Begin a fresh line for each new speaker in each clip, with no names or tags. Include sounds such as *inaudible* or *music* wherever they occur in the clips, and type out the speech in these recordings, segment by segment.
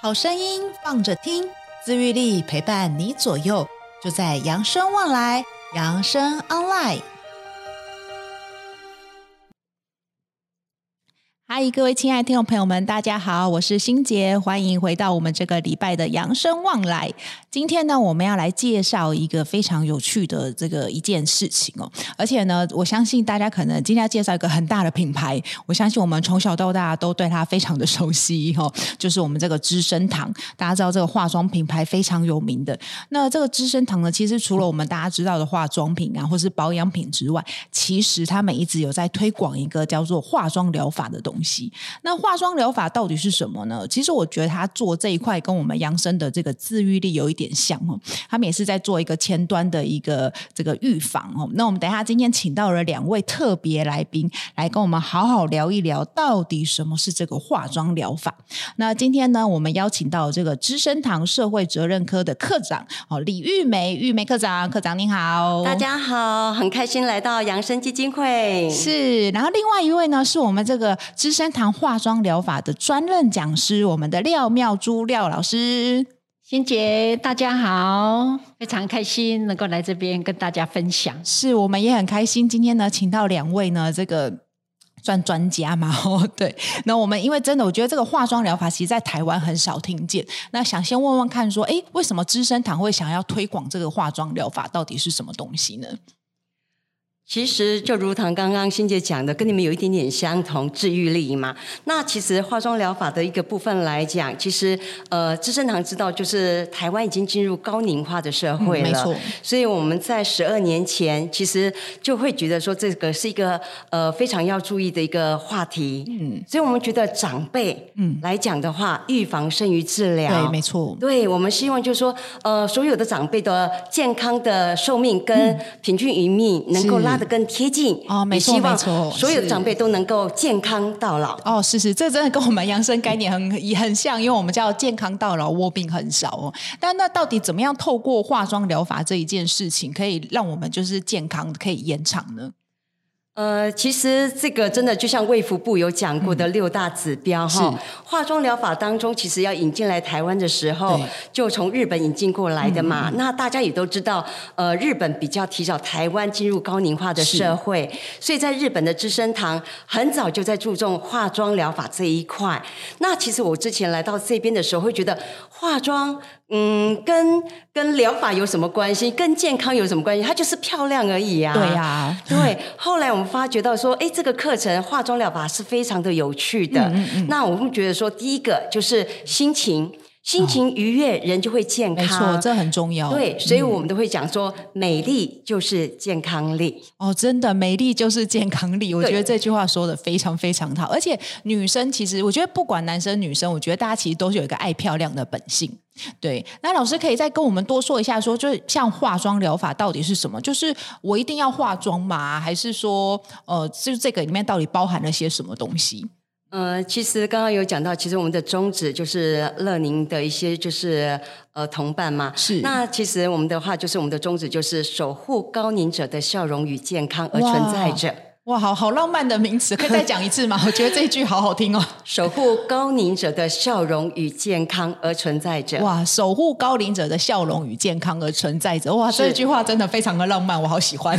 好声音放着听，自愈力陪伴你左右，就在扬声望来，扬声 online。
嗨，各位亲爱的听众朋友们，大家好，我是欣杰，欢迎回到我们这个礼拜的扬生望来。今天呢，我们要来介绍一个非常有趣的这个一件事情哦，而且呢，我相信大家可能今天要介绍一个很大的品牌，我相信我们从小到大都对它非常的熟悉哦， *laughs* 就是我们这个资生堂。大家知道这个化妆品牌非常有名的，那这个资生堂呢，其实除了我们大家知道的化妆品啊，或是保养品之外，其实他们一直有在推广一个叫做化妆疗法的东西。西那化妆疗法到底是什么呢？其实我觉得他做这一块跟我们扬生的这个自愈力有一点像哦，他们也是在做一个前端的一个这个预防哦。那我们等一下今天请到了两位特别来宾来跟我们好好聊一聊，到底什么是这个化妆疗法。那今天呢，我们邀请到这个资生堂社会责任科的科长哦，李玉梅，玉梅科长，科长您好，
大家好，很开心来到扬生基金会，
是。然后另外一位呢，是我们这个资资生堂化妆疗法的专任讲师，我们的廖妙珠廖老师，
欣姐，大家好，哦非常开心能够来这边跟大家分享，
是我们也很开心。今天呢，请到两位呢，这个。算专家嘛， *laughs* 哦，对。那我们因为真的，我觉得这个化妆疗法其实，在台湾很少听见。那想先问问看，说，哎，为什么资生堂会想要推广这个化妆疗法，到底是什么东西呢？
其实就如唐刚刚欣姐讲的，跟你们有一点点相同，治愈力嘛。那其实化妆疗法的一个部分来讲，其实呃，资生堂知道，就是呃台湾已经进入高龄化的社会了，嗯、没
错。
所以我们在十二年前，其实就会觉得说这个是一个呃非常要注意的一个话题。嗯。所以我们觉得长辈嗯来讲的话，预防胜于治疗，
对，没错。
对我们希望就是说呃，所有的长辈的健康的寿命跟平均余命能够拉。拉的更贴近
嗯哦，没错没错，
所有的长辈都能够健康到老
哦，是是，这真的跟我们养生概念很也很像，因为我们叫健康到老，卧病很少哦。但那到底怎么样透过化妆疗法这一件事情，可以让我们就是健康可以延长呢？
呃，其实这个真的就像卫福部有讲过的六大指标哈、嗯，化妆疗法当中，其实要引进来台湾的时候，就从日本引进过来的嘛。嗯、那大家也都知道，呃，日本比较提早台湾进入高龄化的社会，所以在日本的资生堂很早就在注重化妆疗法这一块。那其实我之前来到这边的时候，会觉得化妆。嗯，跟跟疗法有什么关系？跟健康有什么关系？它就是漂亮而已啊。
对呀、啊，
对。后来我们发觉到说，哎，这个课程化妆疗法是非常的有趣的。嗯嗯嗯那我们觉得说，第一个就是心情。心情愉悦，人就会健康。没
错，这很重要。
对，所以我们都会讲说，美丽就是健康力。
哦，真的，美丽就是健康力。我觉得这句话说的非常非常好。而且女生其实，我觉得不管男生女生，我觉得大家其实都是有一个爱漂亮的本性。对，那老师可以再跟我们多说一下说，说就是像化妆疗法到底是什么？就是我一定要化妆吗？还是说，呃，就这个里面到底包含了些什么东西？
呃，其实刚刚有讲到，其实我们的宗旨就是乐宁的一些就是呃同伴嘛。
是。
那其实我们的话，就是我们的宗旨就是守护高龄者的笑容与健康而存在着。
哇，好好浪漫的名词，可以再讲一次吗？ *laughs* 我觉得这一句好好听哦。
守护高龄者的笑容与健康而存在着。
哇，守护高龄者的笑容与健康而存在着。哇，这句话真的非常的浪漫，我好喜欢，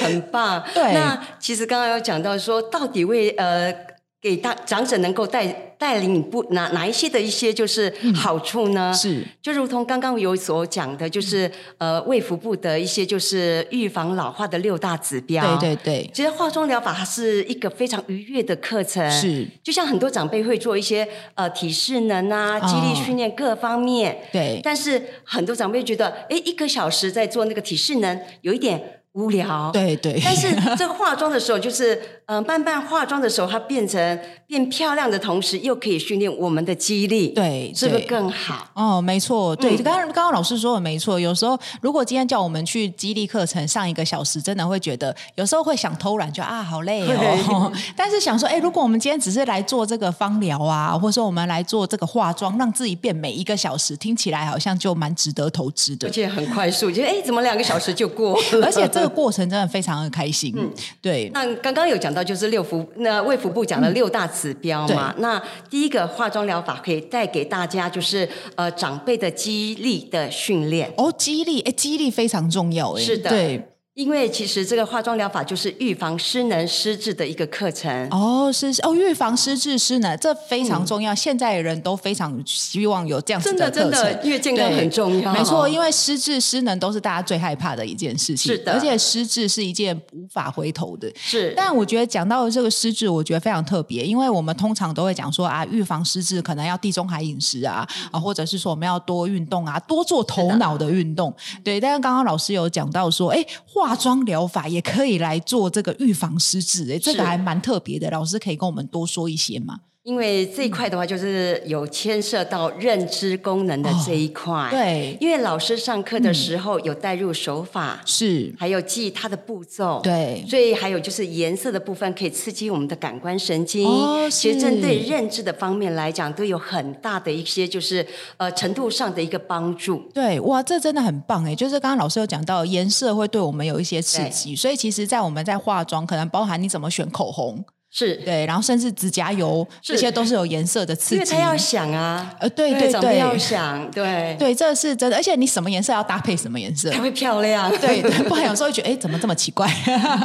很棒。
对。
那其实刚刚有讲到说，到底为呃。给大长者能够带带领你不哪哪一些的一些就是好处呢？
嗯、是嗯
就如同刚刚有所讲的，就是呃卫福部的一些就是预防老化的六大指标。
对对对，
其实化妆疗法它是一个非常愉悦的课程，
是
就像很多长辈会做一些呃体适能啊、肌
哦
力训练各方面。哦、
对，
但是很多长辈觉得，哎，一个小时在做那个体适能，有一点。无聊，
对对。
但是这化妆的时候，就是呃，慢慢化妆的时候，它变成变漂亮的同时，又可以训练我们的肌力，
对，
是不是更好？
哦，没错，对。嗯、刚刚刚刚老师说的没错，有时候如果今天叫我们去肌力课程上一个小时，真的会觉得有时候会想偷懒，就啊好累哦。 *laughs* 但是想说，哎，如果我们今天只是来做这个芳疗啊，或者说我们来做这个化妆，让自己变美一个小时，听起来好像就蛮值得投资的，
而且很快速，
*laughs*
觉得哎，怎么两个小时就过？ *laughs*
而且这个过程真的非常的开心，嗯，对。
那刚刚有讲到到就是六福那卫福部讲
嗯
了六大指标嘛。那第一个化妆疗法可以带给大家就是呃长辈的肌力的训练。
哦，肌力，哎，肌力非常重要，哎，
是的
对，
因为其实这个化妆疗法就是预防失能失智的一个课程。
哦，是是哦，预防失智失能，这非常重要。现在人都非常希望有这样子
嗯真的真
课程
的，因为健康
对
很重要。
没错，因为失智失能都是大家最害怕的一件事情，
是的
而且失智是一件无法回头的。
是，
但我觉得讲到这个失智，我觉得非常特别，因为我们通常都会讲说啊，预防失智可能要地中海饮食啊，啊，或者是说我们要多运动啊，多做头脑的运动。对，但是刚刚老师有讲到说，哎，化妆疗法也可以来做这个预防失智，哎，这
是
个还蛮特别的。老师可以跟我们多说一些吗？
因为这一块的话，就是有牵涉到认知功能的这一块。
对
哎因为老师上课的时候有带入手法，
是，
还有记它的步骤。。
对，
所以还有就是颜色的部分可以刺激我们的感官神经，
哦
其实
是
针对认知的方面来讲，都有很大的一些就是呃程度上的一个帮助。
对，哇，这真的很棒哎！就是刚刚老师有讲到，颜色会对我们有一些刺激，所以其实，在我们在化妆，可能包含你怎么选口红，
是，
对，然后甚至指甲油，
是
这些都是有颜色的刺
因
激。
为他要想啊，
呃对对
长辈
对
要想，对，
对，这是真的，而且你什么颜色要搭配什么颜
*laughs*
色，
才会漂亮。
对，对不然有时候会觉得，哎，怎么这么奇怪？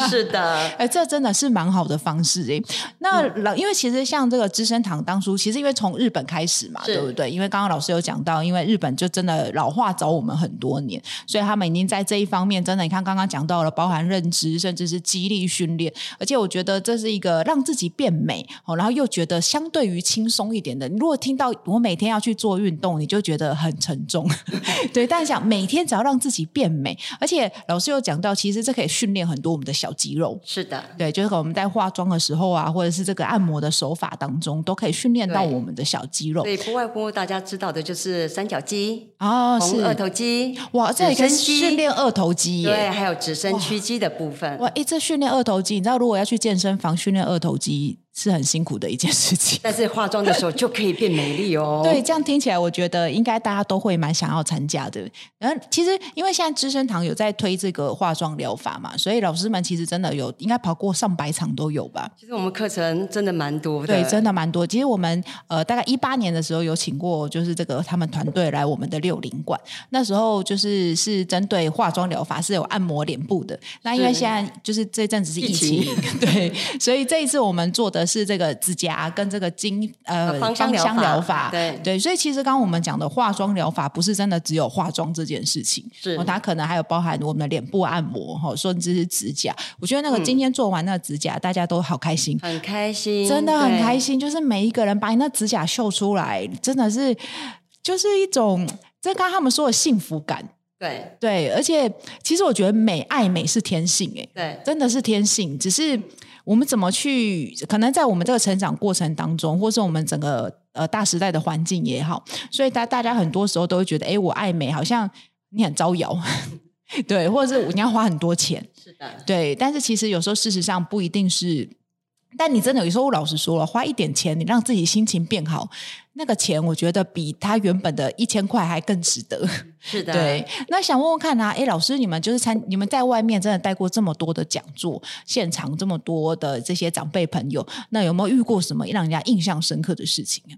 是的，
哎，这真的是蛮好的方式哎。那老、因为其实像这个资生堂当初，其实因为从日本开始嘛，
是
对不对？因为刚刚老师有讲到，因为日本就真的老化早我们很多年，所以他们已经在这一方面真的，你看刚刚讲到了，包含认知，甚至是肌力训练，而且我觉得这是一个让自己变美哦，然后又觉得相对于轻松一点的。你如果听到我每天要去做运动，你就觉得很沉重， *laughs* 对。但想每天只要让自己变美，而且老师有讲到，其实这可以训练很多我们的小肌肉，
是的，
对，就是我们在化妆的时候啊，或者是这个按摩的手法当中，都可以训练到
对
我们的小肌肉
所。以不外乎大家知道的就是三角肌、
哦，
红二
是
头肌，
哇，这也可以
直升机
训练二头肌
对，
耶！
还有直升屈肌的部分
哇，。诶，这训练二头肌，你知道如果要去健身房训练二头肌是很辛苦的一件事情。
但是化妆的时候就可以变美丽哦。
*laughs* 对，，这样听起来，我觉得应该大家都会蛮想要参加的。然后，其实因为现在资生堂有在推这个化妆疗法嘛，所以老师们其实真的有应该跑过上百场都有吧。
其实我们课程真的蛮多的。
对，真的蛮多。其实我们呃，大概一八年的时候有请过，就是这个他们团队来我们的六零馆，那时候就是是针对化妆疗法是有按摩脸部的。那因为
是
现在就是这阵子是疫
疫
情，
情
*laughs* 对，所以这一次我们做的是这个指甲跟这个精呃
呃芳香疗法
疗
对
对，所以其实刚刚我们讲的化妆疗法不是真的只有化妆这件事情，
是
哦，它可能还有包含我们的脸部按摩哈，哦甚至是指甲。我觉得那
嗯
个今天做完那个指甲，大家都好开心。
很开心，
真的很
对
开。心，就是每一个人把你那指甲秀出来，真的是就是一种，这刚刚他们说的幸福感。
对
对，而且其实我觉得美爱美是天性、欸，
对，
真的是天性，只是我们怎么去，可能在我们这个成长过程当中，或是我们整个呃大时代的环境也好，所以大大家很多时候都会觉得，哎，我爱美好像你很招摇， *laughs* 对，或者是你要花很多钱，
是的，
对，但是其实有时候事实上不一定是，但你真的有时候老实说了，花一点钱，你让自己心情变好，那个钱我觉得比他原本的一千块还更值得。
是的。
对，那想问问看啊，哎，老师，你们就是参，你们在外面真的带过这么多的讲座，现场这么多的这些长辈朋友，那有没有遇过什么让人家印象深刻的事情
哦
啊？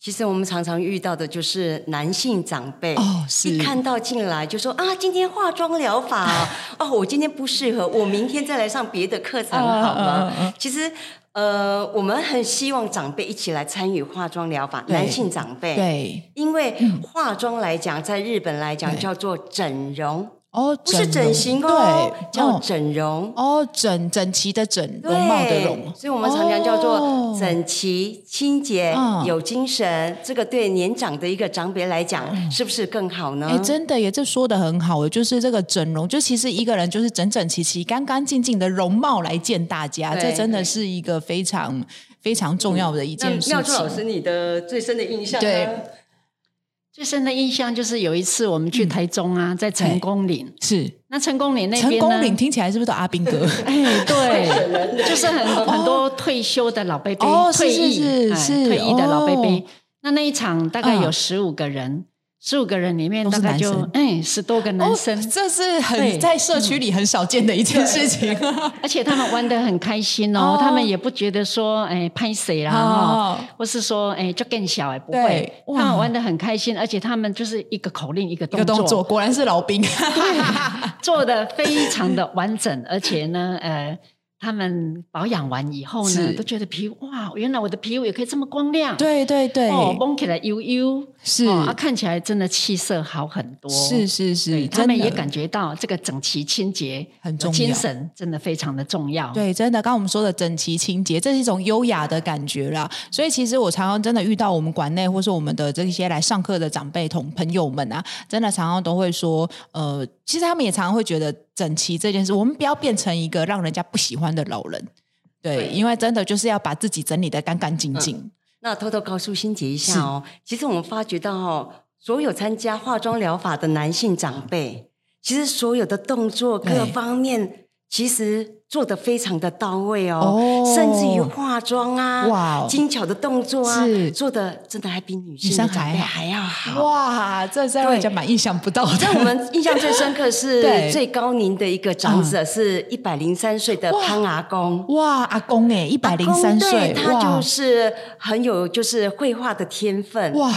其实我们常常遇到的就是男性长辈
哦是
一看到进来就说啊，今天化妆疗法
*laughs*
哦哦，我今天不适合，我明天再来上别的课程好
嗯嗯
吗
嗯嗯？
其实呃，我们很希望长辈一起来参与化妆疗法，
对
男性长辈。
对，嗯
因为化妆来讲，在日本来讲
对
叫做整容，
哦，
不是整
容
形哦，
对，
叫
哦
整容。
哦，整整齐的整，
对
容貌的容，
所以我们常常叫
哦
做整齐、清洁
嗯、
有精神。这个对年长的一个长辈来讲，是不是更好呢
嗯哎、？真的耶，这说的很好耶，就是这个整容，就其实一个人就是整整齐齐、干干净净的容貌来见大家，
对
这真的是一个非常非常重要的一
那
嗯
件事
妙珠老
情。
师，你的最深的印象呢？
对
最深的印象就是有一次我们去
嗯
台中啊，在成功岭，
是
那成功岭那
哎成
边
功岭
呢，
听起来是不是都阿兵
*laughs*
哥？哦
哎，对，就是
*laughs*
很很多退休的老贝贝
哦，
退
是是
役
是
哎
是
退役的老贝
哦
贝。那那一场大概有
嗯
十五个人，十五个人里面
都是
大概
男
就
生哦
嗯十多个男生，
这是很
对
在社区里很少见的一件事
*laughs*
情。
而且他们玩得很开心
哦
哦，他们也不觉得说哎拍谁啦
哦
哈，或是说哎就更小哎不会
对，哇
他们玩得很开心，而且他们就是一个口令一个
一
动
个
作，
动作果然是老兵， *laughs*
做的非常的完整，而且呢呃。他们保养完以后呢
是，
都觉得皮肤哇，原来我的皮肤也可以这么光亮，
对对对
哦，蒙起来悠悠，
是
哦啊，看起来真的气色好很多，
是是
对
是，
他们
真的
也感觉到这个整齐清洁
很重要
精神真的非常的重要。
对，真的，刚刚我们说的整齐清洁，这是一种优雅的感觉啦。所以其实我常常真的遇到我们馆内或是我们的这些来上课的长辈同朋友们啊，真的常常都会说，呃，其实他们也常常会觉得整齐这件事，我们不要变成一个让人家不喜欢的老人。对，因为真的就是要把自己整理的干干
嗯
净净。
那偷偷告诉欣姐一下哦，其实我们发觉到哦，所有参加化妆疗法的男性长辈，其实所有的动作
对
各方面，其实做得非常的到位哦，
哦
甚至于化妆啊，
哇哦
精巧的动作啊
是，
做的真的还比女
女
性
生
的长辈
还好
还要好。
哇，这是让人家蛮意想不到的。
但我们印象最深刻 *laughs* 是
对
最高龄的一个长者，是一百零三岁的
哇
潘阿公。
哇，阿公哎、一百零三岁，
对他
哇
就是很有就是绘画的天分。
哇，嗯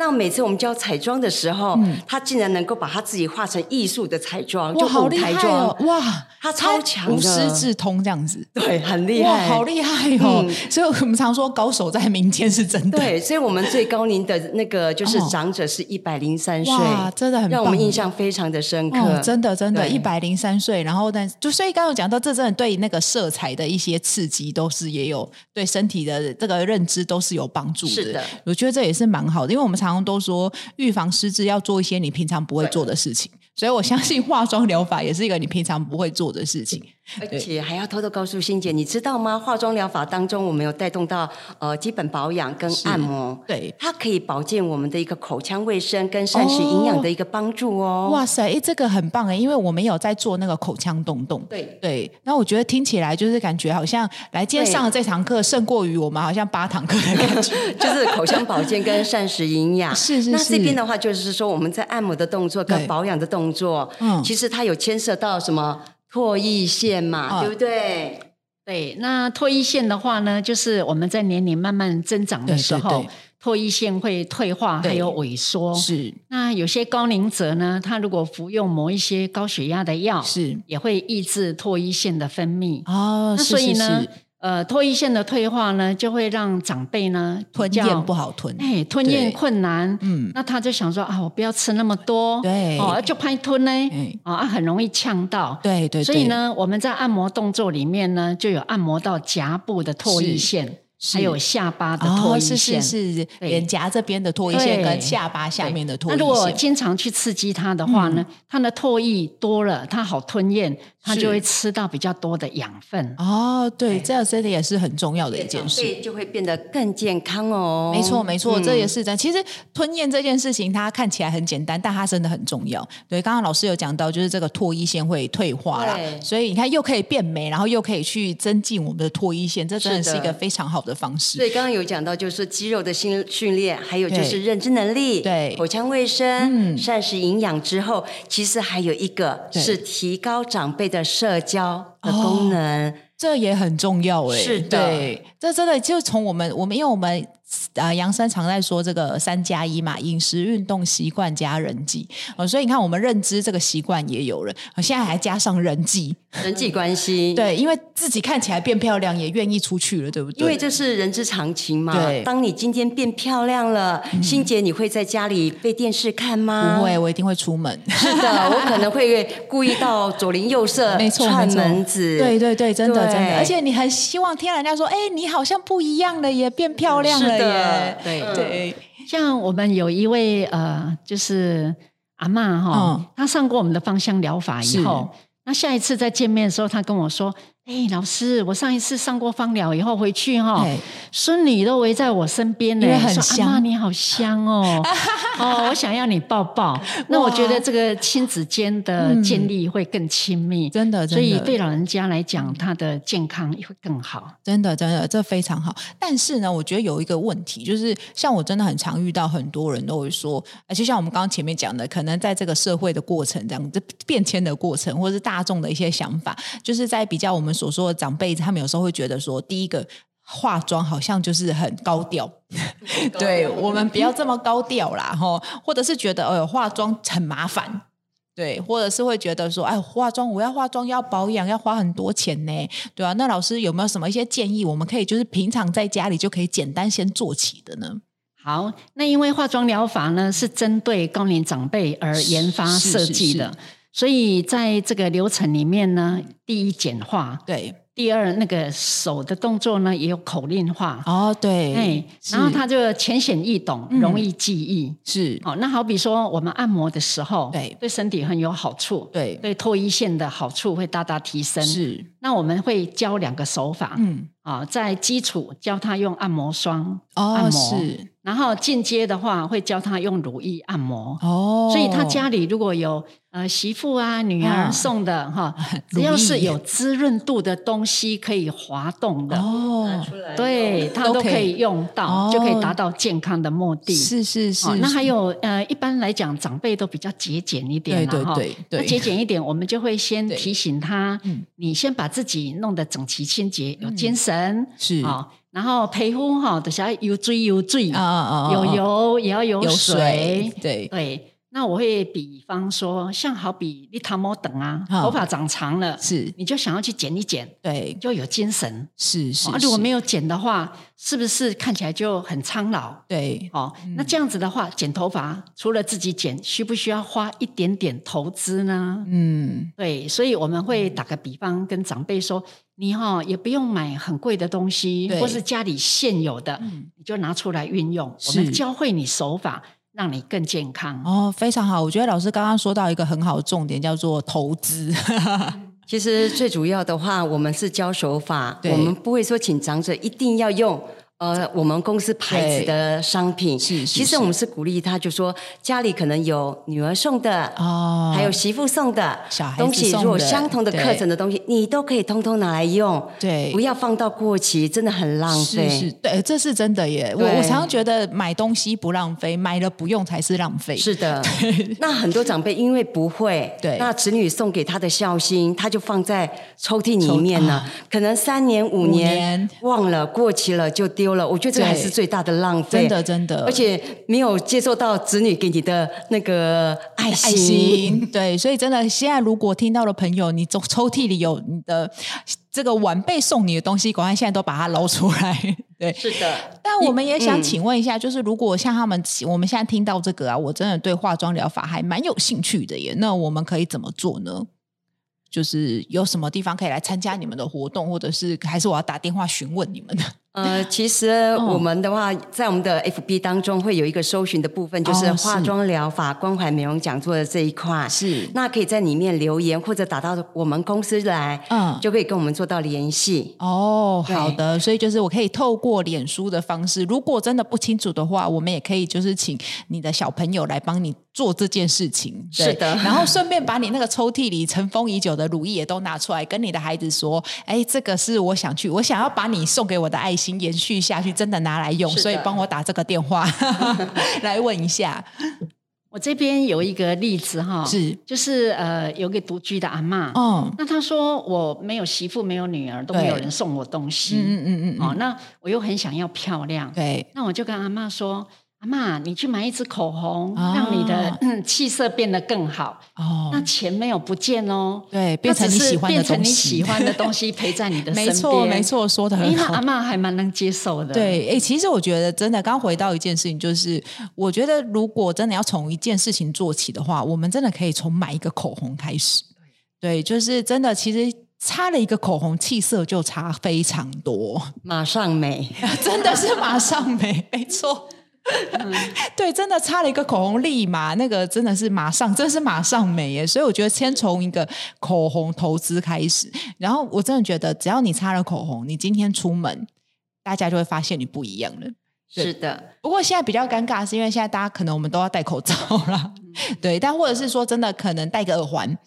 那每次我们教彩妆的时候，他竟然能够把他自己画成艺术的彩妆，就
哇，好
舞
厉
台
害
妆，
哦！哇，
他超强的
无师自通这样子。
对，很厉
哇，
害，
好厉害哦！
嗯
所以我们常说高手在民间是真的。
对，所以我们最高龄的那个就是
哦
长者是一百零三岁，
哇真的很棒
让我们印象非常的深刻，
哦，真的真的，
对
一百零三岁，然后但就所以刚刚有讲到，这真的对那个色彩的一些刺激都是也有对身体的这个认知都是有帮助的。
是的
我觉得这也是蛮好的，因为我们常常都说预防失智要做一些你平常不会做的事情，所以我相信化妆疗法也是一个你平常不会做的事情。
而且还要偷偷告诉欣姐，你知道吗？化妆疗法当中，我们有带动到呃基本保养跟按摩，
对
它可以保健我们的一个口腔卫生跟膳食营养的一个帮助哦。
哇塞，哎，这个很棒哎，因为我们有在做那个口腔洞洞。
对
对，那我觉得听起来就是感觉好像来今天
对
上的这堂课胜过于我们好像八堂课的感觉。
就是口腔保健跟膳食营养。
*laughs* 是是
那
是
这边的话，就是说我们在按摩的动作
对
跟保养的动作，
嗯
其实它有牵涉到什么唾液腺嘛，
嗯
对不对？
对，那唾液腺的话呢，就是我们在年龄慢慢增长的时
嗯对
候
对，
唾液腺会退化
对
还有萎缩。
是
那有些高龄者呢，他如果服用某一些高血压的药，
是
也会抑制唾液腺的分泌。
哦，
那
是
所以
是
呢
是，
呃，唾液腺的退化呢，就会让长辈呢
吞
比较
咽不好吞。
哎，吞
对
咽困难，
嗯
嗯，那他就想说啊，我不要吃那么多，
对
哦，就拍吞
哎
呢，哦啊，很容易呛到，
对对，
所以
对，
呢，我们在按摩动作里面呢，就有按摩到颊部的唾液腺，
是
还有下巴的唾
哦，
液
是
腺。
是是，
对
脸颊这边的唾液腺
对
跟下巴下面的唾
那如果
液嗯腺。
经常去刺激它的话呢，它的唾液多了，它好吞咽，它
是
就会吃到比较多的养分。
哦，对，这样真的也是很重要的一件事
所。以就会变得更健康哦。
没错，没错，
嗯
这也是真。其实吞咽这件事情，它看起来很简单，但它真的很重要。对，刚刚老师有讲到，就是这个唾液腺会退化啦，
对
所以你看又可以变美，然后又可以去增进我们的唾液腺，这真的
是
是
的
一个非常好的方
所
式。
以刚刚有讲到，就是肌肉的训训练，还有就
对
是认知能力，
对
口腔卫生、
嗯
膳食营养之后，其实还有一个
对哦
是提高长辈的社交的功能。
这也很重要哎、
是的
对，这真的就从我们我们，因为我们呃，杨生常在说这个三加一嘛，饮食、运动、习惯加人际哦，所以你看我们认知这个习惯也有了，哦现在还加上人际，
人际关系，
对，因为自己看起来变漂亮，也愿意出去了，对不对？
因为这是人之常情嘛
对。嗯
当你今天变漂亮了，欣姐，你会在家里被电视看吗？
不会，。我一定会出门。
是的，我可能会故意到左邻右舍
没错，
串
没错
门子。
对对对，真的
对
真的，而且你很希望听到人家说，哎、你好像不一样了耶，变漂亮了
是的
耶，
对
嗯对，
像我们有一位呃，就是阿嬷哈、
嗯
她上过我们的芳香疗法以后，那下一次再见面的时候，她跟我说：“哎、老师，我上一次上过芳疗以后回去哈、
哎
孙女都围在我身边呢，
因为很
说
香
阿妈你好
*laughs*
香哦，哦，我想要你抱抱。那我觉得这个亲子间的
嗯
建立会更亲密，
真的，真
所
的
以对老人家来讲，他的健康也会更好。
真的，真的，这非常好。但是呢，我觉得有一个问题，就是像我真的很常遇到很多人都会说，呃就像我们刚刚前面讲的，可能在这个社会的过程，这样这变迁的过程，或者是大众的一些想法，就是在比较我们所说的长辈，他们有时候会觉得说，第一个化妆好像就是很高调， *laughs* 对我们不要这么高调啦，吼，或者是觉得呃化妆很麻烦。对，或者是会觉得说，哎，化妆我要化妆，要保养，要花很多钱呢，对啊。那老师有没有什么一些建议，我们可以就是平常在家里就可以简单先做起的呢？
好，那因为化妆疗法呢是针对高龄长辈而研发
是
设计的，所以在这个流程里面呢，第一简化，
对，
第二那个手的动作呢也有口令化，
哦，对，
哎，
是
然后它就浅显易懂，
嗯
容易记忆。
是，
哦好、那好比说我们按摩的时候，
对
对身体很有好处，
对，
对唾液腺的好处会大大提升。
是，
那我们会教两个手法，
嗯，
啊，在基础教他用按摩霜，
哦，
按摩
是，
然后进阶的话会教他用乳液按摩。
哦，
所以他家里如果有呃媳妇啊、女儿
嗯
送的哈，
乳
只
液
要是有滋润度的东西可以滑动的，
哦，
来
对他
都
都
可以
可以用到，
哦
就可以达到健康的目的。
是是是
哦，那还
有
有呃，一般来讲，长辈都比较节俭一
对
点了
对
哈。
对
那
对，
节俭一点，我们就会先
对
提醒他
嗯，
你先把自己弄得整齐清洁，有
嗯
精神
是啊
啊，哦然后皮肤哈，等下有追有追，
啊啊，
有
啊
油也要有
有
水
水，，对，
对。那我会比方说，像好比你头毛等啊，
好
头发长长了，
是，
你就想要去剪一剪，
对
你，就有精神。
是是
啊，，如果
是
没有剪的话，是不是看起来就很苍老？
对，
哦，那这样子的话，剪头发除了自己剪，需不需要花一点点投资呢？
嗯，
对，所以我们会打个比方，跟长辈说，你哈、也不用买很贵的东西，
对
或是家里现有的，
嗯
你就拿出来运用。我
是
们教会你手法，让你更健康。
哦，非常好，我觉得老师刚刚说到一个很好的重点，叫做投资。
其实最主要的话，我们是教手法，
对
我们不会说请长者一定要用。呃，我们公司牌子的商品，
是 *laughs* 是
其
是
实我们是鼓励他，就说家里可能有女儿送的，
哦，
还有媳妇送的
小孩子
东西，
送的
如果相同的
对
课程的东西，你都可以通通拿来用，
对
不要放到过期，真的很浪
是
费。
是，对，这是真的耶。我
对
我常常觉得买东西不浪费，买了不用才是浪费。
是
*laughs*
的，那很多长辈因为不会，
对
那子女送给他的孝心，他就放在抽屉里面了，可能三年五
五
年
年
忘了过期了就丢了，我觉得这个
对
还是最大的浪费，
真的真的
而且没有接受到子女给你的那个爱
爱
心。
心，对，所以真的，现在如果听到的朋友，你抽抽屉里有你的这个晚辈送你的东西，赶快现在都把它捞出来。对，
是的，
但我们也
嗯
想请问一下，就是如果像他们，我们现在听到这个啊，我真的对化妆疗法还蛮有兴趣的耶。那我们可以怎么做呢？就是有什么地方可以来参加你们的活动，或者是还是我要打电话询问你们呢？
呃，其实我
嗯
们的话，在我们的 FB 当中会有一个搜寻的部分，就是
哦是
化妆疗法、关怀美容讲座的这一块。
是
那可以在里面留言，或者打到我们公司来，
嗯
就可以跟我们做到联系。
哦，
对
好的，所以就是我可以透过脸书的方式，如果真的不清楚的话，我们也可以就是请你的小朋友来帮你做这件事情，对
是的
然后顺便把你那个抽屉里尘封已久的乳液也都拿出来，跟你的孩子说，哎，这个是我想去，我想要把你送给我的爱心延续下去，真的拿来用，
是的
所以帮我打这个电话来问一下，
我这边有一个例子哈，
是，
就是呃，有个独居的阿嬷，
嗯，
那她说我没有媳妇，没有女儿，都
对
没有人送我东
嗯
西，
嗯嗯嗯
哦
嗯，，
那我又很想要漂亮，
对，
那我就跟阿嬷说。阿嬷，你去买一支口红，
啊
让你的、嗯气色变得更好。
哦
那，钱没有不见哦，
对，变成你喜欢的
那只是变成
东
你
西，
喜欢的东西 *laughs* 陪在你的身边。啊
没错没，错，说的很
因为
好
阿。嬷还蛮能接受的。，
对，哎、其实我觉得真的，刚回到一件事情，就是我觉得如果真的要从一件事情做起的话，我们真的可以从买一个口红开始。对，就是真的，其实擦了一个口红，气色就差非常多，
马上美，
*laughs* 真的是马上美，没 *laughs* 错。对，真的擦了一个口红，立马那个真的是马上，真的是马上美耶！所以我觉得先从一个口红投资开始，然后我真的觉得，只要你擦了口红，你今天出门。大家就会发现你不一样了。对
是的，
不过现在比较尴尬，是因为现在大家可能我们都要戴口罩啦，
嗯
*laughs* 对，但或者是说真的可能戴个耳环，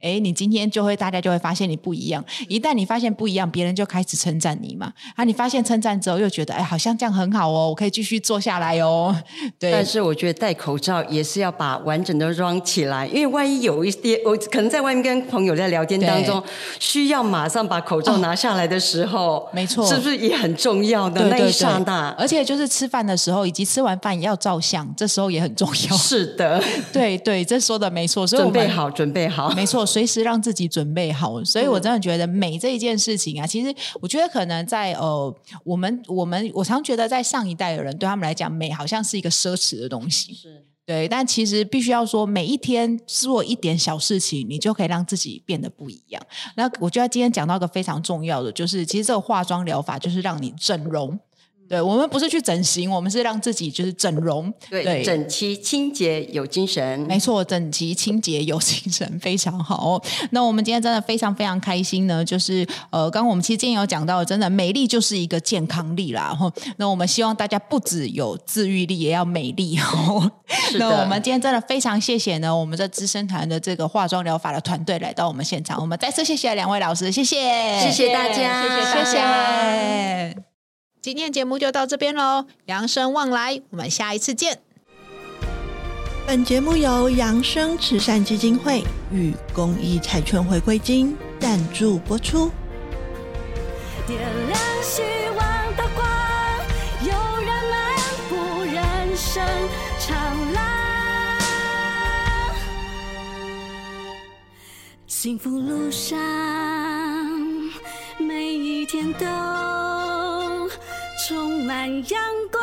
哎，你今天就会大家就会发现你不一样。
嗯
一旦你发现不一样，别人就开始称赞你嘛。啊，你发现称赞之后又觉得，哎，好像这样很好哦，我可以继续做下来哦。对
但，是我觉得戴口罩也是要把完整的装起来，因为万一有一些我可能在外面跟朋友在聊天当中，需要马上把口罩拿下来的时候，
哦没错
是不是也很重要的
对
那
对哦对
一刹那？
而且就是吃饭的时候，以及吃完饭也要照相，这时候也很重要。
是的，
*laughs* 对对，这说的没错，所以我
准
们
备好，准备好。
*laughs* 没错，随时让自己准备好。所以我真的觉得美这一件事情啊，其实我觉得可能在呃，我们我们我常觉得在上一代的人对他们来讲，美好像是一个奢侈的东西。
是
对，但其实必须要说，每一天做一点小事情，你就可以让自己变得不一样。那我觉得今天讲到一个非常重要的，就是其实这个化妆疗法就是让你整容。
嗯
对我们不是去整形，我们是让自己就是整容。
对，整齐、清洁、有精神。
没错，整齐、清洁、有精神，非常好哦。 *laughs* 那我们今天真的非常非常开心呢，就是呃，刚刚我们其实今天有讲到，真的美丽就是一个健康力啦。吼，那我们希望大家不只有自愈力，也要美丽哦。
是
那
的
我们今天真的非常谢谢呢，我们这资深团的这个化妆疗法的团队来到我们现场，我们再次谢谢两位老师，谢谢，
谢谢大家，
谢谢大
谢
家
谢。今天节目就到这边喽，扬生望来，我们下一次见。
本节目由扬生慈善基金会与公益彩券回归金赞助播出。
点亮希望的光，有人漫步人生长廊，幸福路上每一天都充满阳光。